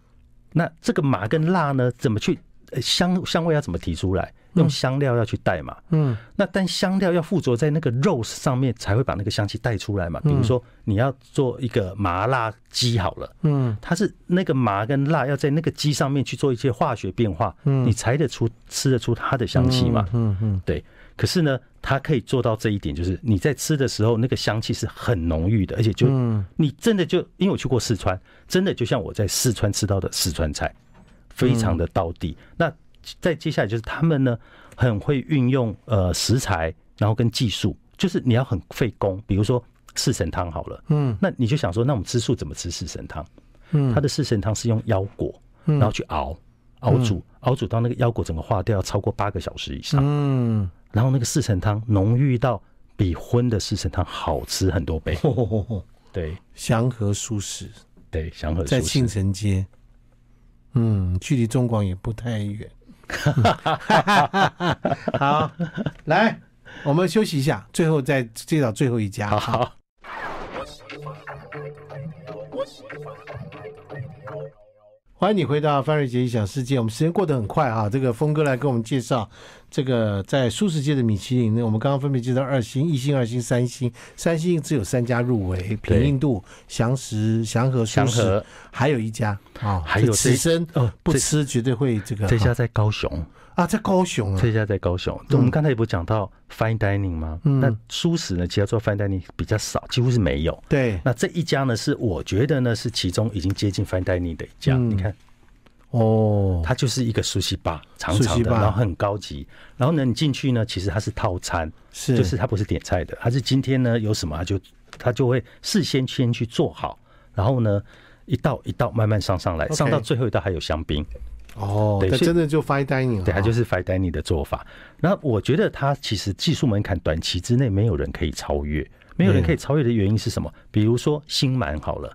Speaker 2: 那这个麻跟辣呢，怎么去呃香香味要怎么提出来？用香料要去带嘛。
Speaker 1: 嗯，
Speaker 2: 那但香料要附着在那个肉上面，才会把那个香气带出来嘛。比如说你要做一个麻辣鸡好了，
Speaker 1: 嗯，
Speaker 2: 它是那个麻跟辣要在那个鸡上面去做一些化学变化，嗯，你才得出吃得出它的香气嘛。
Speaker 1: 嗯嗯，
Speaker 2: 对。可是呢，它可以做到这一点，就是你在吃的时候，那个香气是很浓郁的，而且就、你真的就，因为我去过四川，真的就像我在四川吃到的四川菜，非常的道地。那再接下来就是他们呢，很会运用呃食材，然后跟技术，就是你要很费工，比如说四神汤好了，嗯，那你就想说，那我们吃素怎么吃四神汤？嗯，它的四神汤是用腰果，然后去熬熬煮，熬煮到那个腰果整个化掉，超过八个小时以上。
Speaker 1: 嗯，
Speaker 2: 然后那个四神汤浓郁到比荤的四神汤好吃很多倍。
Speaker 1: 嚯嚯嚯嚯，
Speaker 2: 对
Speaker 1: 祥和舒适
Speaker 2: 对，祥和
Speaker 1: 在
Speaker 2: 素食
Speaker 1: 庆城街，嗯，距离中广也不太远。 好，来，我们休息一下，最后再介绍最后一家。
Speaker 2: 好，
Speaker 1: 欢迎你回到范瑞杰异想世界。我们时间过得很快啊，这个峰哥来给我们介绍这个在舒适界的米其林呢，我们刚刚分别介绍二星、一星、二星、三星，三星只有三家入围，平
Speaker 2: 对
Speaker 1: 印度、祥食、祥和、舒
Speaker 2: 祥
Speaker 1: 适
Speaker 2: 和，
Speaker 1: 还有一家啊，
Speaker 2: 还有
Speaker 1: 这
Speaker 2: 这
Speaker 1: 此生
Speaker 2: 哦
Speaker 1: 呃不
Speaker 2: 这
Speaker 1: 吃绝对会这个
Speaker 2: 这家
Speaker 1: 啊
Speaker 2: 在高雄，
Speaker 1: 啊，在高雄啊，
Speaker 2: 这家在高雄。我们刚才也不讲到 fine dining 吗？
Speaker 1: 嗯
Speaker 2: 那素食呢，其他做 fine dining 比较少，几乎是没有。
Speaker 1: 对
Speaker 2: 那这一家呢，是我觉得呢是其中已经接近 fine dining 的一家。
Speaker 1: 嗯
Speaker 2: 你看，
Speaker 1: 哦，
Speaker 2: 它就是一个苏西吧，长长
Speaker 1: sushi
Speaker 2: 的，
Speaker 1: bar
Speaker 2: 然后很高级。然后呢，你进去呢，其实它是套餐，
Speaker 1: 是
Speaker 2: 就是它不是点菜的，它是今天呢有什么它就它就会事先先去做好，然后呢一道一道慢慢上上来，
Speaker 1: OK
Speaker 2: 上到最后一道还有香槟，
Speaker 1: 哦，
Speaker 2: 对
Speaker 1: 这
Speaker 2: 所以
Speaker 1: 真的就 fine dining 了啊，
Speaker 2: 对，它就是 fine dining 的做法。那我觉得它其实技术门槛短期之内没有人可以超越，没
Speaker 1: 嗯
Speaker 2: 有人可以超越的原因是什么？比如说新鳗好了，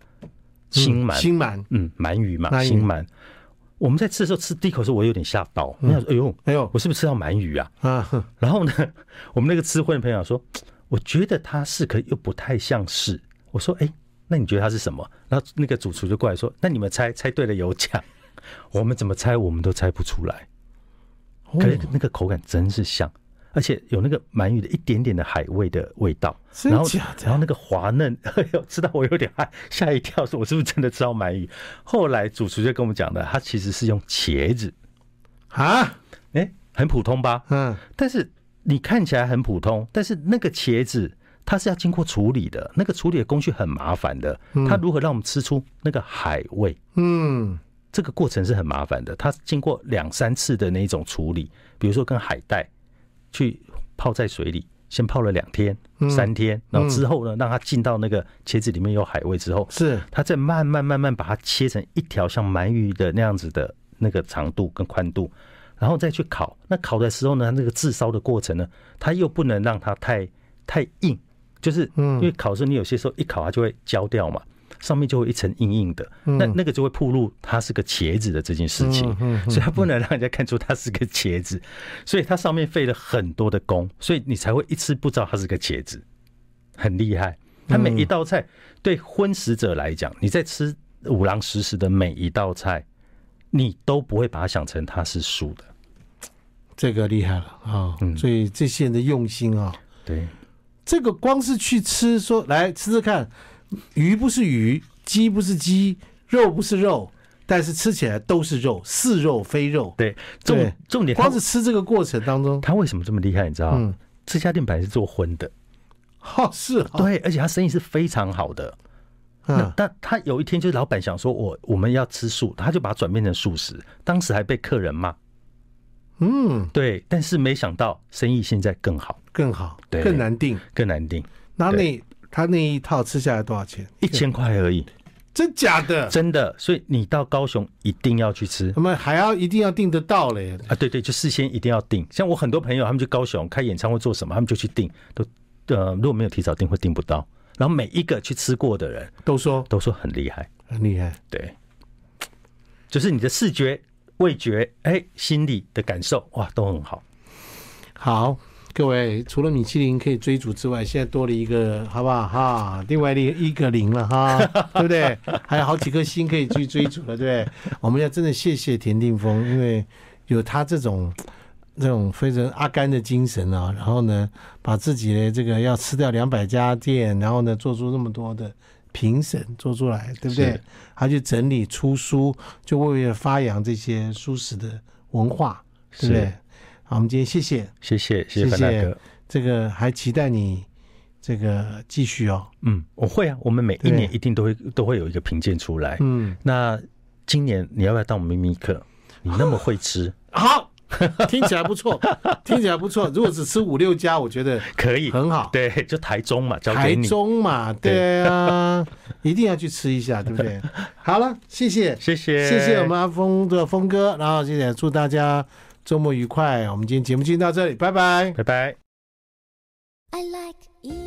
Speaker 2: 新鳗，
Speaker 1: 新满，
Speaker 2: 嗯，鳗鱼嘛，
Speaker 1: 鳗鱼
Speaker 2: 新鳗。我们在吃的时候吃第一口的时候，我有点吓到，我想说，哎呦，
Speaker 1: 哎呦
Speaker 2: 我是不是吃到鳗鱼啊？
Speaker 1: 啊，哼
Speaker 2: 然后呢，我们那个吃荤的朋友说，我觉得它是，可又不太像是。我说，哎、那你觉得它是什么？然后那个主厨就过来说，那你们猜，猜对了有奖。 我们怎么猜，我们都猜不出来。可
Speaker 1: 哦
Speaker 2: 是那个口感真是像，而且有那个鳗鱼的一点点的海味的味道，
Speaker 1: 真
Speaker 2: 然后
Speaker 1: 假的
Speaker 2: 然后那个滑嫩， 哎呦，吃到我有点害吓一跳，说我是不是真的吃到鳗鱼？后来主厨就跟我们讲的，它其实是用茄子，
Speaker 1: 啊，
Speaker 2: 哎、很普通吧？
Speaker 1: 嗯，
Speaker 2: 但是你看起来很普通，但是那个茄子它是要经过处理的，那个处理的工序很麻烦的。它如何让我们吃出那个海味？
Speaker 1: 嗯，
Speaker 2: 这个过程是很麻烦的，它经过两三次的那种处理，比如说跟海带去泡在水里，先泡了两天、三天，然后之后呢，让它进到那个茄子里面有海味之后，
Speaker 1: 是
Speaker 2: 它再慢慢慢慢把它切成一条像鳗鱼的那样子的那个长度跟宽度，然后再去烤。那烤的时候呢，那个炙烧的过程呢，它又不能让它太太硬，就是因为烤的时候你有些时候一烤它就会焦掉嘛，上面就会一层硬硬的，那那个就会暴露它是个茄子的这件事情，所以它不能让人家看出它是个茄子，所以它上面费了很多的工，所以你才会一吃不知道它是个茄子。很厉害。它
Speaker 1: 嗯
Speaker 2: 每一道菜对荤食者来讲，你在吃五郎食食的每一道菜，你都不会把它想成它是素的。
Speaker 1: 这个厉害了啊，
Speaker 2: 嗯
Speaker 1: 所以这些人的用心啊。
Speaker 2: 对，
Speaker 1: 这个光是去吃说来吃吃看，鱼不是鱼，鸡不是鸡，肉不是肉，但是吃起来都是肉，似肉非肉。
Speaker 2: 对，
Speaker 1: 对
Speaker 2: 重重点它
Speaker 1: 光是吃这个过程当中，
Speaker 2: 它为什么这么厉害？你知道吗？
Speaker 1: 嗯
Speaker 2: 这家店本来是做荤的，
Speaker 1: 哈、是哦，
Speaker 2: 对，而且他生意是非常好的。那
Speaker 1: 嗯，
Speaker 2: 但他有一天就是老板想说我，我们要吃素，他就把它转变成素食，当时还被客人骂。
Speaker 1: 嗯，
Speaker 2: 对，但是没想到生意现在更好，
Speaker 1: 更好，
Speaker 2: 对
Speaker 1: 更难定。
Speaker 2: 更难定，
Speaker 1: 那
Speaker 2: 对
Speaker 1: 那他那一套吃下来多少钱？
Speaker 2: 一千块而已，
Speaker 1: 真假的？
Speaker 2: 真的。所以你到高雄一定要去吃
Speaker 1: 他们还要一定要订得到嘞，
Speaker 2: 啊！对对，就事先一定要订。像我很多朋友，他们去高雄开演唱会做什么，他们就去订，都呃，如果没有提早订会订不到。然后每一个去吃过的人
Speaker 1: 都说
Speaker 2: 都说很厉害，
Speaker 1: 很厉害。
Speaker 2: 对，就是你的视觉、味觉，哎，心理的感受，哇，都很好。
Speaker 1: 好，各位，除了米其林可以追逐之外，现在多了一个，好不好？哈，另外一个零了 哈，对不对？还有好几颗星可以去追逐了，对不对。我们要真的谢谢田定峰，因为有他这种。这种非常阿甘的精神啊，然后呢，把自己的这个要吃掉两百家店，然后呢，做出那么多的评审做出来，对不对
Speaker 2: 是？
Speaker 1: 他去整理出书，就为了发扬这些舒适的文化，对不对
Speaker 2: 是？
Speaker 1: 好，我们今天谢谢，
Speaker 2: 谢谢，
Speaker 1: 谢
Speaker 2: 谢范大
Speaker 1: 谢
Speaker 2: 哥。
Speaker 1: 这个还期待你这个继续哦。
Speaker 2: 嗯，我会啊，我们每一
Speaker 1: 对
Speaker 2: 年一定都会都会有一个评鉴出来。
Speaker 1: 嗯，
Speaker 2: 那今年你要不要当我们秘密客？你那么会吃，
Speaker 1: 好，听起来不 错，听起来不错。如果只吃五六家，我觉得
Speaker 2: 可以，
Speaker 1: 很好。
Speaker 2: 对，就台中嘛，交
Speaker 1: 台
Speaker 2: 给你。
Speaker 1: 中嘛，对啊，一定要去吃一下，对不 对？好了，谢谢，
Speaker 2: 谢谢，
Speaker 1: 谢谢我们阿峰的峰哥，然后谢谢，祝大家周末愉快。我们今天节目进行到这里，拜拜。
Speaker 2: 拜拜。
Speaker 3: I like Ealing